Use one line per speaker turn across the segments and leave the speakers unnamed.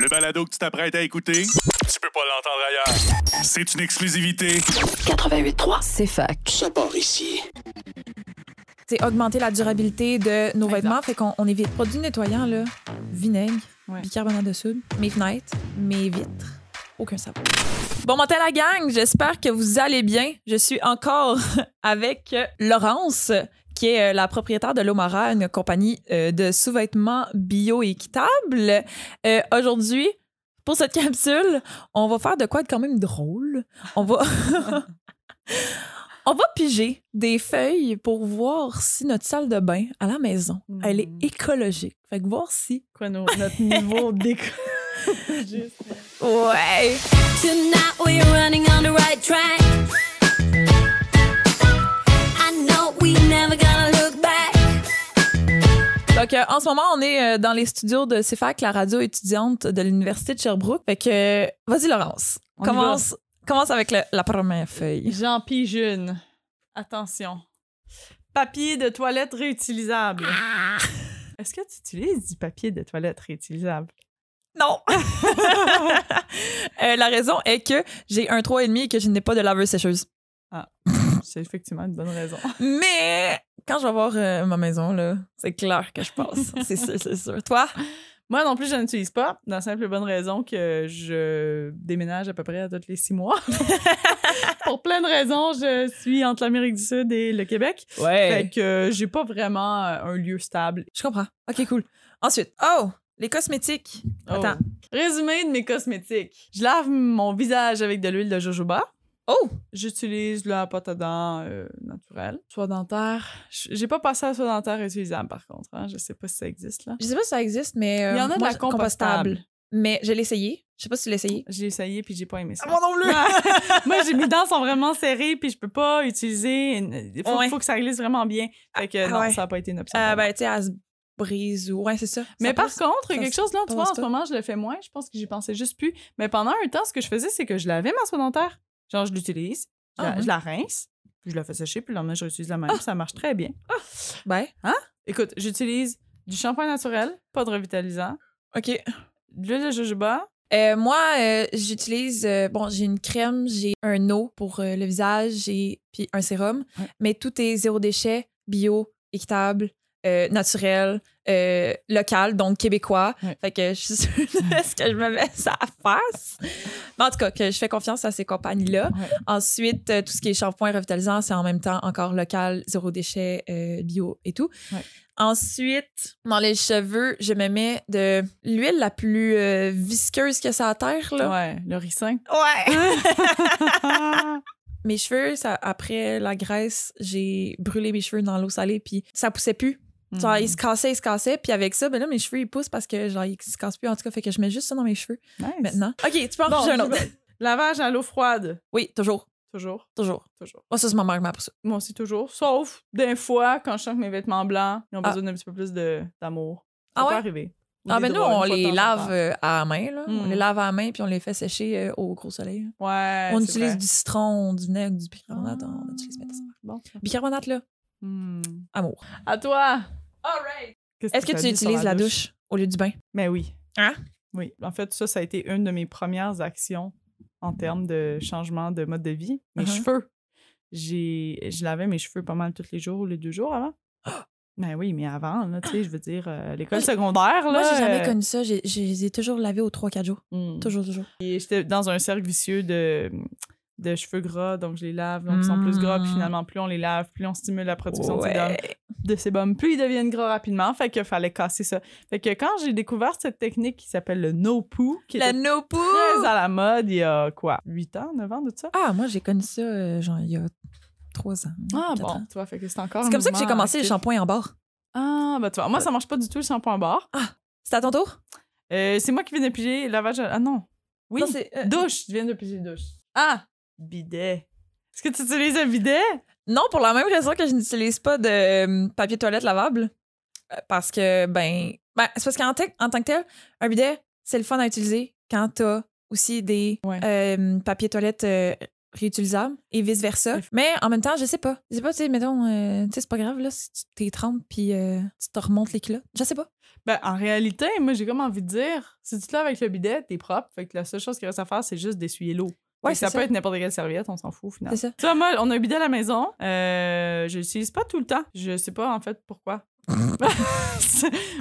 Le balado que tu t'apprêtes à écouter, tu peux pas l'entendre ailleurs. C'est une exclusivité.
88.3.
C'est fac.
Ça part ici.
c'est augmenter la durabilité de nos vêtements. Fait qu'on on évite produits nettoyants, là, vinaigre,
Ouais.
bicarbonate de soude, mes fenêtres, mes vitres. Aucun savon. Bon, matin la gang, j'espère que vous allez bien. Je suis encore avec euh, Laurence, qui est euh, la propriétaire de l'Omara, une compagnie euh, de sous-vêtements bio-équitables. Euh, Aujourd'hui, pour cette capsule, on va faire de quoi de quand même drôle. On va... On va piger des feuilles pour voir si notre salle de bain à la maison,
Mm.
elle est écologique. Fait que voir si...
Quoi, nos- notre niveau d'éco. Juste.
Ouais!
Tonight we're running on the right track. I know we never gonna look back.
Donc, euh, en ce moment, on est euh, dans les studios de CFAC, la radio étudiante de l'Université de Sherbrooke. Fait que, euh, vas-y, Laurence.
On y
Commence, commence avec le- la première feuille.
J'en pige une. Attention. Papier de toilette réutilisable. Est-ce que tu utilises du papier de toilette réutilisable?
Non! Euh, la raison est que j'ai un 3,5 et que je n'ai pas de laveuse-sécheuse.
C'est effectivement une bonne raison.
Mais quand je vais voir euh, ma maison, là, c'est clair que je passe. c'est sûr, c'est sûr. Toi?
Moi non plus, je n'utilise pas, dans la simple bonne raison que je déménage à peu près à tous les six mois. Pour plein de raisons, je suis entre l'Amérique du Sud et le Québec. Fait
Ouais.
que euh, j'ai pas vraiment euh, un lieu stable.
Je comprends. OK, cool. Ensuite, oh, les cosmétiques. Attends.
Oh. Résumé de mes cosmétiques. Je lave mon visage avec de l'huile de jojoba.
Oh!
J'utilise la pâte à dents euh, naturelle. Soie dentaire. J- J'ai pas passé à la soie dentaire utilisable, par contre. hein. Je sais pas si ça existe, là.
Je sais pas si ça existe, mais. euh,
Il y en a de
moi,
la
je-
compostable.
Mais je l'ai essayé. Je sais pas si tu l'as essayé.
J'ai essayé, puis j'ai pas aimé ça.
Ah, non
Moi, j'ai mes dents sont vraiment serrées, puis je peux pas utiliser... une- Il faut,
Ouais.
faut que ça glisse vraiment bien. Fait que
Ah,
non,
ouais.
ça a pas été une option.
Euh,
pour moi.
ben, tu sais, elle se brise ou. Ouais, c'est ça.
Mais
Ça
par
passe.
contre,
ça
quelque
se
chose là, tu vois, en
passe
ce
pas.
moment, je le fais moins. Je pense que j'y pensais juste plus. Mais pendant un temps, ce que je faisais, c'est que je lavais ma soie dentaire. Genre, je l'utilise,
Ah
je, la,
ouais. Ah!
je la rince, puis je la fais sécher, puis le lendemain, je réutilise la même. puis Ça marche très bien.
Ben,
Écoute, j'utilise du shampoing naturel, pas de revitalisant,
OK.
de l'huile de jojoba.
Euh, moi, euh, j'utilise. euh, bon, j'ai une crème, j'ai un eau pour euh, le visage, j'ai puis un sérum.
Ouais.
Mais tout est zéro déchet, bio, équitable, euh, naturel, euh, local, donc québécois.
Ouais.
Fait que je suis sûre de ce que je me mets à la face. Mais en tout cas, que je fais confiance à ces compagnies-là.
Ouais.
Ensuite, euh, tout ce qui est shampoing revitalisant, c'est en même temps encore local, zéro déchet, euh, bio et tout.
Ouais.
Ensuite, dans les cheveux, je me mets de l'huile la plus euh, visqueuse que ça à terre. Là.
Ouais, le ricin.
Mes cheveux, ça, après la graisse, j'ai brûlé mes cheveux dans l'eau salée, puis ça poussait plus. Genre,
Mm.
ils se cassaient, ils se cassaient, puis avec ça, ben là, mes cheveux, ils poussent parce que, genre, ils se cassent plus. En tout cas, fait que je mets juste ça dans mes cheveux maintenant. OK, tu peux en
Hmm. Bon,
rajouter un autre.
je- Lavage à l'eau froide.
Oui, toujours,
Toujours,
toujours.
toujours.
Moi, ça, c'est ma mère qui m'a appris ça.
Moi aussi, toujours. Sauf des fois, quand je sens que mes vêtements blancs, ils ont
Ah.
besoin d'un petit peu plus de- d'amour.
Ah
Ça peut
ouais?
arriver. Ou
Ah,
des
ben nous,
draps,
on
une fois de
les
temps en
lave
temps.
euh, à la main, là. On
Mm.
les lave à la main, puis on les fait sécher euh, au gros soleil. là.
Ouais.
on
c'est
utilise
vrai.
du citron, du vinaigre, du bicarbonate.
Ah.
On utilise pas ça.
Bon, ça.
Bicarbonate, là,
Hmm.
amour.
À toi. All right.
Est-ce que tu utilises la douche? au lieu du bain?
Mais Ben oui.
Hein?
Oui. En fait, ça, ça a été une de mes premières actions en termes de changement de mode de vie. Mes
Uh-huh.
cheveux. J'ai, je lavais mes cheveux pas mal tous les jours, les deux jours avant. Ben oui, mais avant, là, tu sais, je veux dire, euh, l'école
Ah! Moi,
secondaire, là.
Moi, j'ai jamais
euh,
connu ça. J'ai- j'ai- Je les ai toujours lavés aux 3-4 jours.
hmm.
Toujours, toujours.
Et j'étais dans un cercle vicieux de, de cheveux gras, donc je les lave, donc ils sont plus gras, puis
Mm.
finalement, plus on les lave, plus on stimule la production de
Ouais.
sébum, de sébum, plus ils deviennent gras rapidement, fait qu'il fallait casser ça. Fait que quand j'ai découvert cette technique qui s'appelle le no-poo, qui
La
était
no poo!
très à la mode il y a quoi, 8 ans, 9 ans de ça?
Ah, moi, j'ai connu ça, euh, genre, il y a 3 ans. Ah, quatre ans.
Ah, tu vois, fait que c'est encore
C'est
un
comme ça que j'ai
mouvement
commencé Euh. les
actif.
shampoings en barre.
Ah, bah tu vois, moi ça marche pas du tout le shampoing barre.
Ah. C'est à ton tour?
Euh, c'est moi qui viens de piger lavage. à- Ah non. Oui,
Non, c'est, euh,
douche, tu viens de piger douche. Ah, bidet. Est-ce que tu utilises un bidet?
Non, pour la même raison que je n'utilise pas de euh, papier toilette lavable. Euh, Parce que, ben, ben, c'est parce qu'en te- en tant que tel, un bidet, c'est le fun à utiliser quand t'as aussi des
Ouais.
euh, papiers toilettes euh, réutilisable et vice versa. Mais en même temps, je sais pas. Je sais pas, tu sais, mettons, euh, tu sais, c'est pas grave, là, si tu- t'es 30 puis euh, tu te remontes les culottes. Je sais pas.
Ben, en réalité, moi, j'ai comme envie de dire, si tu te laves avec le bidet, t'es propre. Fait que la seule chose qui reste à faire, c'est juste d'essuyer l'eau. Fait
Ouais,
que
c'est
ça,
ça.
peut être n'importe quelle serviette, on s'en fout, finalement.
C'est ça.
Tu vois, moi, on a un bidet à la maison. Euh, je l'utilise pas tout le temps. Je sais pas, en fait, pourquoi.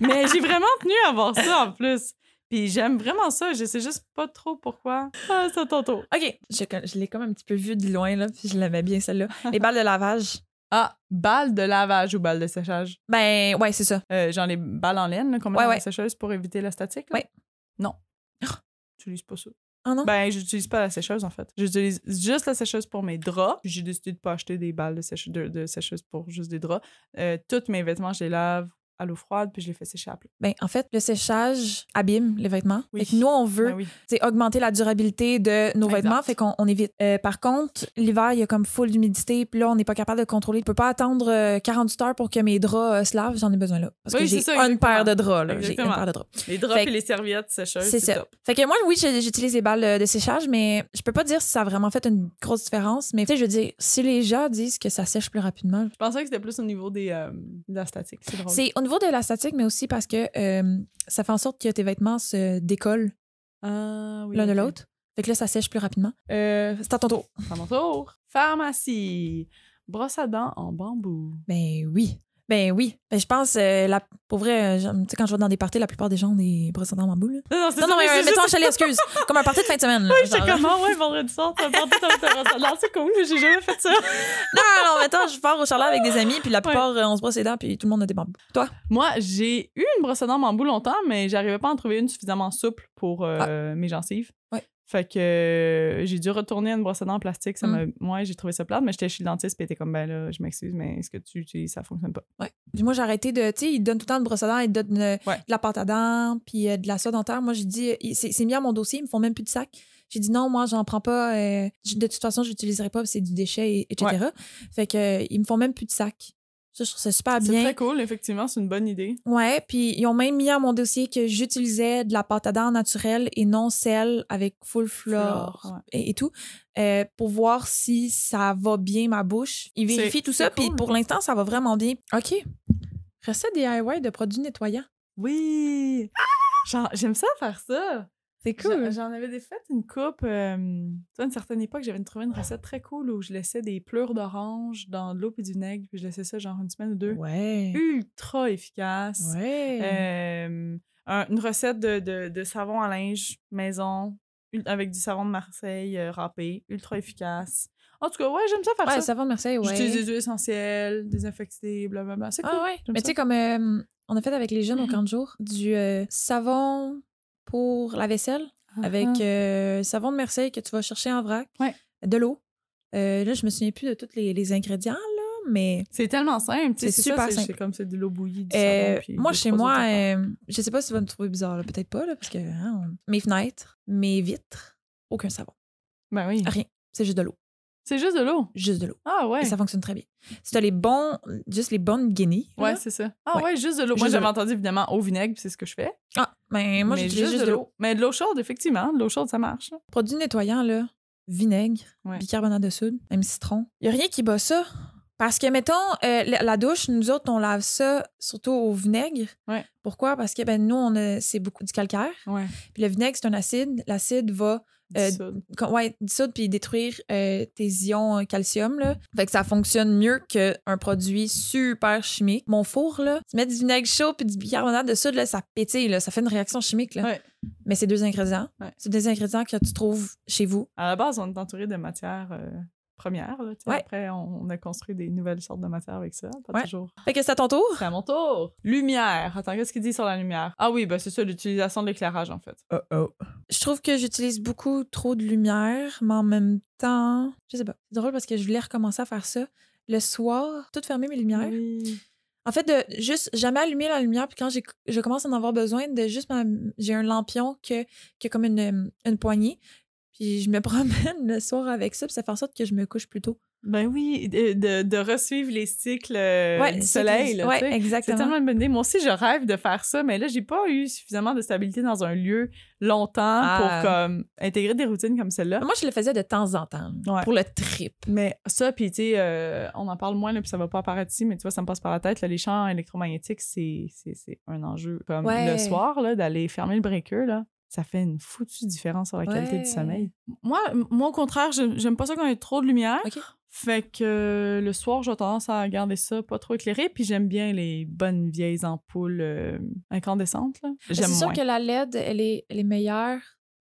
Mais j'ai vraiment tenu à avoir ça, en plus. Puis j'aime vraiment ça. Je sais juste pas trop pourquoi. Ah, c'est à ton tour.
OK. Je, je l'ai comme un petit peu vu de loin, là, puis je l'aimais bien, celle-là. Les balles de lavage.
Ah, balle de lavage ou balle de séchage?
Ben, ouais, c'est ça.
Euh, genre les balles en laine, là, qu'on met
Ouais,
dans
ouais.
la sécheuse pour éviter la statique? là?
Ouais.
Non. J'utilise pas ça.
Ah non?
Ben, j'utilise pas la sécheuse, en fait. J'utilise juste la sécheuse pour mes draps. Puis J'ai décidé de pas acheter des balles de, sèche- de, de sécheuse pour juste des draps. Euh, tous mes vêtements, je les lave à l'eau froide, puis je les fais sécher à plat.
Ben, en fait, le séchage abîme les vêtements.
Oui.
Fait que nous, on veut
Ben oui.
tu sais, augmenter la durabilité de nos
Exact.
vêtements, fait qu'on on évite. Euh, par contre, l'hiver, il y a comme full d'humidité, puis là, on n'est pas capable de contrôler. Je peux pas attendre euh, 48 heures pour que mes draps euh, se lavent, j'en ai besoin là. Parce que
Oui,
j'ai
c'est ça,
une
exactement.
paire de draps, là. J'ai une
Exactement.
paire de draps.
Les draps
Fait-
et les serviettes sécheuses,
C'est
c'est
ça.
top.
Fait que moi, oui, j'ai- j'utilise les balles euh, de séchage, mais je peux pas dire si ça a vraiment fait une grosse différence. Mais tu sais, je veux dire, si les gens disent que ça sèche plus rapidement,
Je pensais que c'était plus au niveau des, euh, de la statique. C'est drôle.
c'est au niveau de la statique, mais aussi parce que euh, ça fait en sorte que tes vêtements se décollent
Ah, oui,
l'un de
ok.
l'autre. Fait que là, ça sèche plus rapidement.
Euh,
C'est à ton tour.
c'est à mon tour. Pharmacie. Brosse à dents en bambou.
Ben oui. Ben oui. Ben, je pense, euh, la, pour vrai, euh, genre, tu sais, quand je vais dans des parties, la plupart des gens ont des brosses à dents en boule.
Non, non, c'est
Non,
ça,
non, mais,
c'est
euh,
juste-
mettons en chalet, excuse. Comme un party de fin de semaine. là,
Oui, j'étais
genre.
comme, ah ouais, vendredi soir, t'as porté ta brosse à dents. C'est cool, j'ai jamais fait ça.
Non, non, mettons, je pars au chalet avec des amis, puis la plupart, euh, on se brosse les dents, puis tout le monde a des bambous. Toi?
Moi, j'ai eu une brosse à dents bambou longtemps, mais j'arrivais pas à en trouver une suffisamment souple pour euh, mes gencives.
Ouais.
Fait que euh, j'ai dû retourner à une brosse à dents en plastique. Ça m'a- Moi, j'ai trouvé ça plate, mais j'étais chez le dentiste et était comme, ben là, je m'excuse, mais ce que tu utilises, ça fonctionne pas.
Puis moi, j'ai arrêté de. Tu sais, ils donnent tout le temps de brosse à dents, ils donnent euh,
Ouais.
de la pâte à dents, puis euh, de la soie dentaire. Moi, j'ai dit, euh, il- c'est c'est mis à mon dossier, ils me font même plus de sac. J'ai dit non, moi, j'en prends pas. euh, j- de toute façon, j'utiliserai pas, c'est du déchet, et- etc. Fait que euh, ils me font même plus de sac. Ça, je trouve ça super
C'est
bien.
très cool, effectivement, c'est une bonne idée.
Ouais, puis ils ont même mis à mon dossier que j'utilisais de la pâte à dents naturelle et non celle avec full flore
Flore, ouais.
et, et tout euh, pour voir si ça va bien ma bouche. Ils
C'est-
vérifient tout
c'est
ça, puis
cool.
pour l'instant, ça va vraiment bien. OK. Recette DIY de produits nettoyants.
Oui! J'en- J'aime ça faire ça.
C'est
J'en- J'en avais des faites une coupe. euh, tu vois, à une certaine époque, j'avais trouvé une recette très cool où je laissais des pleurs d'orange dans de l'eau et du vinaigre, puis je laissais ça genre une semaine ou deux.
Ouais.
Ultra efficace.
Ouais.
Euh, un- une recette de, de- de savon à linge maison ul- avec du savon de Marseille euh, râpé, ultra efficace. En tout cas, ouais, j'aime ça faire
ouais,
Ah, ça.
savon de Marseille, ouais.
J'utilise des huiles essentielles, désinfectés, blablabla. C'est cool.
Ah ouais.
J'aime
Mais
ça.
tu sais, comme euh, on a fait avec les jeunes au camp de jour, du euh, savon pour la vaisselle avec
Ah,
euh, savon de Marseille que tu vas chercher en vrac,
Ouais.
de l'eau. Euh, là, je me souviens plus de tous les, les ingrédients, là, mais
C'est tellement simple. tu sais,
c'est
ça,
super
C'est
simple.
comme c'est de l'eau bouillie, du
euh,
savon, puis
moi,
deux,
chez
trois autres
moi,
affaires.
euh, je sais pas si tu vas me trouver bizarre, là, peut-être pas, là, parce que hein, on- mes fenêtres, mes vitres, aucun savon,
Ben oui.
rien. C'est juste de l'eau,
C'est juste de l'eau.
juste de l'eau.
Ah ouais.
Ah. Et ça fonctionne très bien. Si t'as les bons, juste les bonnes guenilles.
Ouais,
là-
c'est ça. Ah
Ouais.
ouais, juste de l'eau.
Juste
Moi,
de
j'avais
l'eau.
entendu évidemment au vinaigre, puis c'est ce que je fais.
Ah, ben moi,
Mais
j'utilise juste, de l'eau.
Mais de l'eau chaude, effectivement. De l'eau chaude, ça marche. là.
Produits nettoyants, là, vinaigre,
Ouais.
bicarbonate de soude, même citron. Il n'y a rien qui bat ça. Parce que, mettons, euh, la, la douche, nous autres, on lave ça surtout au vinaigre.
Ouais.
Pourquoi? Parce que ben, nous, on a- c'est beaucoup du calcaire.
Ouais.
Puis le vinaigre, c'est un acide. L'acide va Euh,
Dissoudre.
con- ouais, dissoudre puis détruire euh, tes ions euh, calcium. Là. Fait que ça fonctionne mieux qu'un produit super chimique. Mon four, là, tu mets du vinaigre chaud puis du bicarbonate de soude, là, ça pétille. Là, ça fait une réaction chimique. Là.
Ouais.
Mais c'est deux ingrédients.
Ouais.
C'est des ingrédients que tu trouves chez vous.
À la base, on est entouré de matières euh, premières. là, tu sais.
Ouais.
Après, on, on a construit des nouvelles sortes de matières avec ça. Pas
Ouais.
toujours.
Fait que c'est à ton tour.
C'est à mon tour. Lumière. Attends, qu'est-ce qu'il dit sur la lumière? Ah oui, ben c'est ça, l'utilisation de l'éclairage, en fait.
Oh oh. Je trouve que j'utilise beaucoup trop de lumière, mais en même temps, je sais pas. C'est drôle parce que je voulais recommencer à faire ça le soir, tout fermer mes lumières.
Oui.
En fait, de juste jamais allumer la lumière, puis quand j'ai- je commence à en avoir besoin, de juste ma- j'ai un lampion que, qui a comme une, une poignée, puis je me promène le soir avec ça, puis ça fait en sorte que je me couche plus tôt.
Ben oui, de, de, de ressuivre les cycles euh,
Ouais,
du
c'est-
soleil. là,
ouais,
tu sais. C'est
exactement.
tellement une bonne idée. Moi aussi, je rêve de faire ça, mais là, j'ai pas eu suffisamment de stabilité dans un lieu longtemps
Ah. Mmh.
pour comme, intégrer des routines comme celle-là.
Moi, je le faisais de temps en temps
Ouais.
pour le trip.
Mais ça, puis tu sais, euh, on en parle moins, là, puis ça va pas apparaître ici, mais tu vois, ça me passe par la tête. là, les champs électromagnétiques, c'est c'est- c'est un enjeu. Comme
Ouais.
le soir, là, d'aller fermer le breaker, là, ça fait une foutue différence sur la qualité
Ouais.
du sommeil. Moi, m- moi au contraire, j'aime j'aime pas ça quand il y a trop de lumière.
OK.
Fait que euh, le soir, j'ai tendance à garder ça pas trop éclairé, puis j'aime bien les bonnes vieilles ampoules euh, incandescentes. là.
Ben, C'est
J'aime
sûr
moins.
que la LED, elle est, elle est meilleure.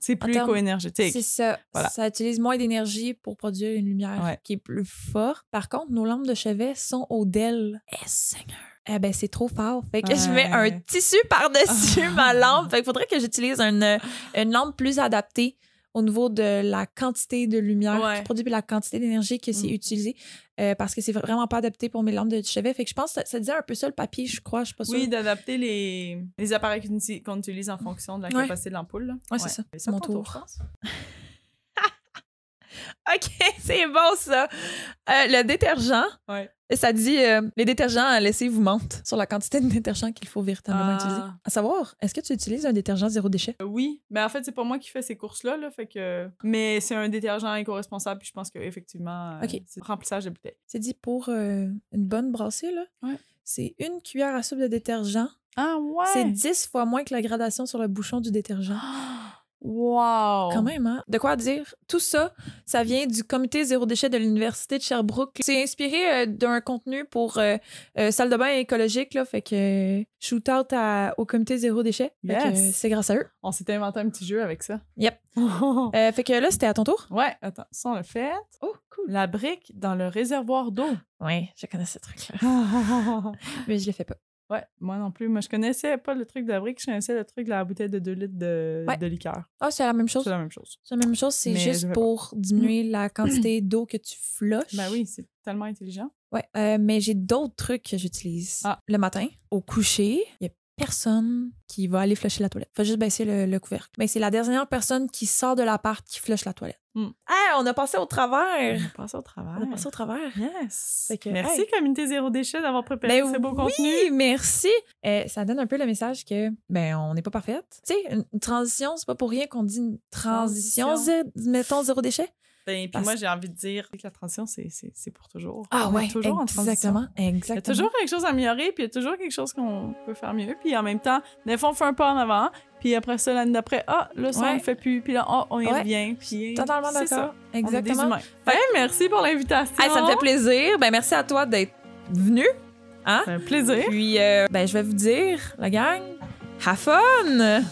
C'est
en
plus
termes-
éco-énergétique.
C'est ça.
Voilà.
Ça utilise moins d'énergie pour produire une lumière
Ouais.
qui est plus forte. Par contre, nos lampes de chevet sont au DEL. Eh, Seigneur! Eh ben, c'est trop fort. Fait que je mets un
Ouais.
tissu par-dessus
Ah.
ma lampe. Fait qu'il faudrait que j'utilise une, une lampe plus adaptée au niveau de la quantité de lumière
Ouais.
qui produit puis la quantité d'énergie que c'est
Mm.
utilisé euh, parce que c'est vraiment pas adapté pour mes lampes de chevet. Fait que je pense que ça, ça disait un peu ça le papier, je crois. Je suis pas sûre.
Oui, d'adapter les, les appareils qu'on uti- qu'on utilise en fonction de la
Ouais.
capacité de l'ampoule. là.
Ouais, c'est ça.
Mais
C'est mon
tantôt,
tour.
je pense.
OK, c'est bon ça. Euh, le détergent.
Ouais.
Ça dit euh, les détergents, laissez-vous mentent sur la quantité de détergent qu'il faut véritablement
Ah.
utiliser. À savoir, est-ce que tu utilises un détergent zéro déchet?
Euh, Oui, mais en fait, c'est pas moi qui fais ces courses-là, là, fait que... Mais c'est un détergent éco-responsable, puis je pense qu'effectivement,
Ok.
c'est remplissage de bouteilles.
C'est dit pour euh, une bonne brassée, là.
Ouais.
C'est une cuillère à soupe de détergent.
Ah ouais!
C'est 10 fois moins que la gradation sur le bouchon du détergent.
Wow!
Quand même, hein? De quoi dire? Tout ça, ça vient du comité zéro déchet de l'Université de Sherbrooke. C'est inspiré euh, d'un contenu pour euh, euh, salle de bain écologique, là. Fait que euh, shoot out à- au comité zéro déchet. Fait que,
Yes.
euh, c'est grâce à eux.
On s'est inventé un petit jeu avec ça.
Yep. Euh, fait que là, c'était à ton tour?
ouais, attends, ça on l'a fait.
Oh, cool.
La brique dans le réservoir d'eau.
Oui, je connais ce truc-là. Mais je le fais pas.
ouais, moi non plus. Moi, je connaissais pas le truc de la brique, je connaissais le truc de la bouteille de 2 litres de,
Ouais.
de liqueur.
Ah, c'est la même chose.
C'est la même chose.
C'est la même chose, c'est
Mais je
juste
fais pas.
pour diminuer la quantité d'eau que tu flushes.
Ben oui, c'est tellement intelligent.
Ouais, euh, mais j'ai d'autres trucs que j'utilise.
Ah.
Le matin, au coucher, il n'y a personne qui va aller flusher la toilette. Faut juste baisser le, le couvercle. Mais c'est la dernière personne qui sort de l'appart qui flush la toilette.
Mm.
Hey, on a passé au travers!
On passe au travers.
On a passé au travers.
Yes.
Fait que,
Merci,
hey.
Comité Zéro Déchet, d'avoir préparé
Ben
ce beau
oui,
contenu.
merci. Euh, ça donne un peu le message que ben on n'est pas parfaite. Tu sais, une une transition, c'est pas pour rien qu'on dit une transition,
Transition.
zé- mettons zéro déchet.
Ben, puis
Parce-
moi, j'ai envie de dire que la transition, c'est, c'est, c'est pour toujours.
Ah
On est
ouais,
toujours en transition.
exactement,
Il y a
exactement.
toujours quelque chose à améliorer, puis il y a toujours quelque chose qu'on peut faire mieux. Puis en même temps, des fois, on fait un pas en avant, puis après ça, l'année d'après, ah, là, ça, on
Ouais.
le fait plus, puis là, ah, on y
Ouais.
revient, puis.
Totalement d'accord.
c'est ça. On est des
Exactement.
humains. Ben, merci pour l'invitation.
Hey, ça me fait plaisir. Ben merci à toi d'être venu. hein?
C'est un plaisir.
Puis euh, ben je vais vous dire la gang, have fun.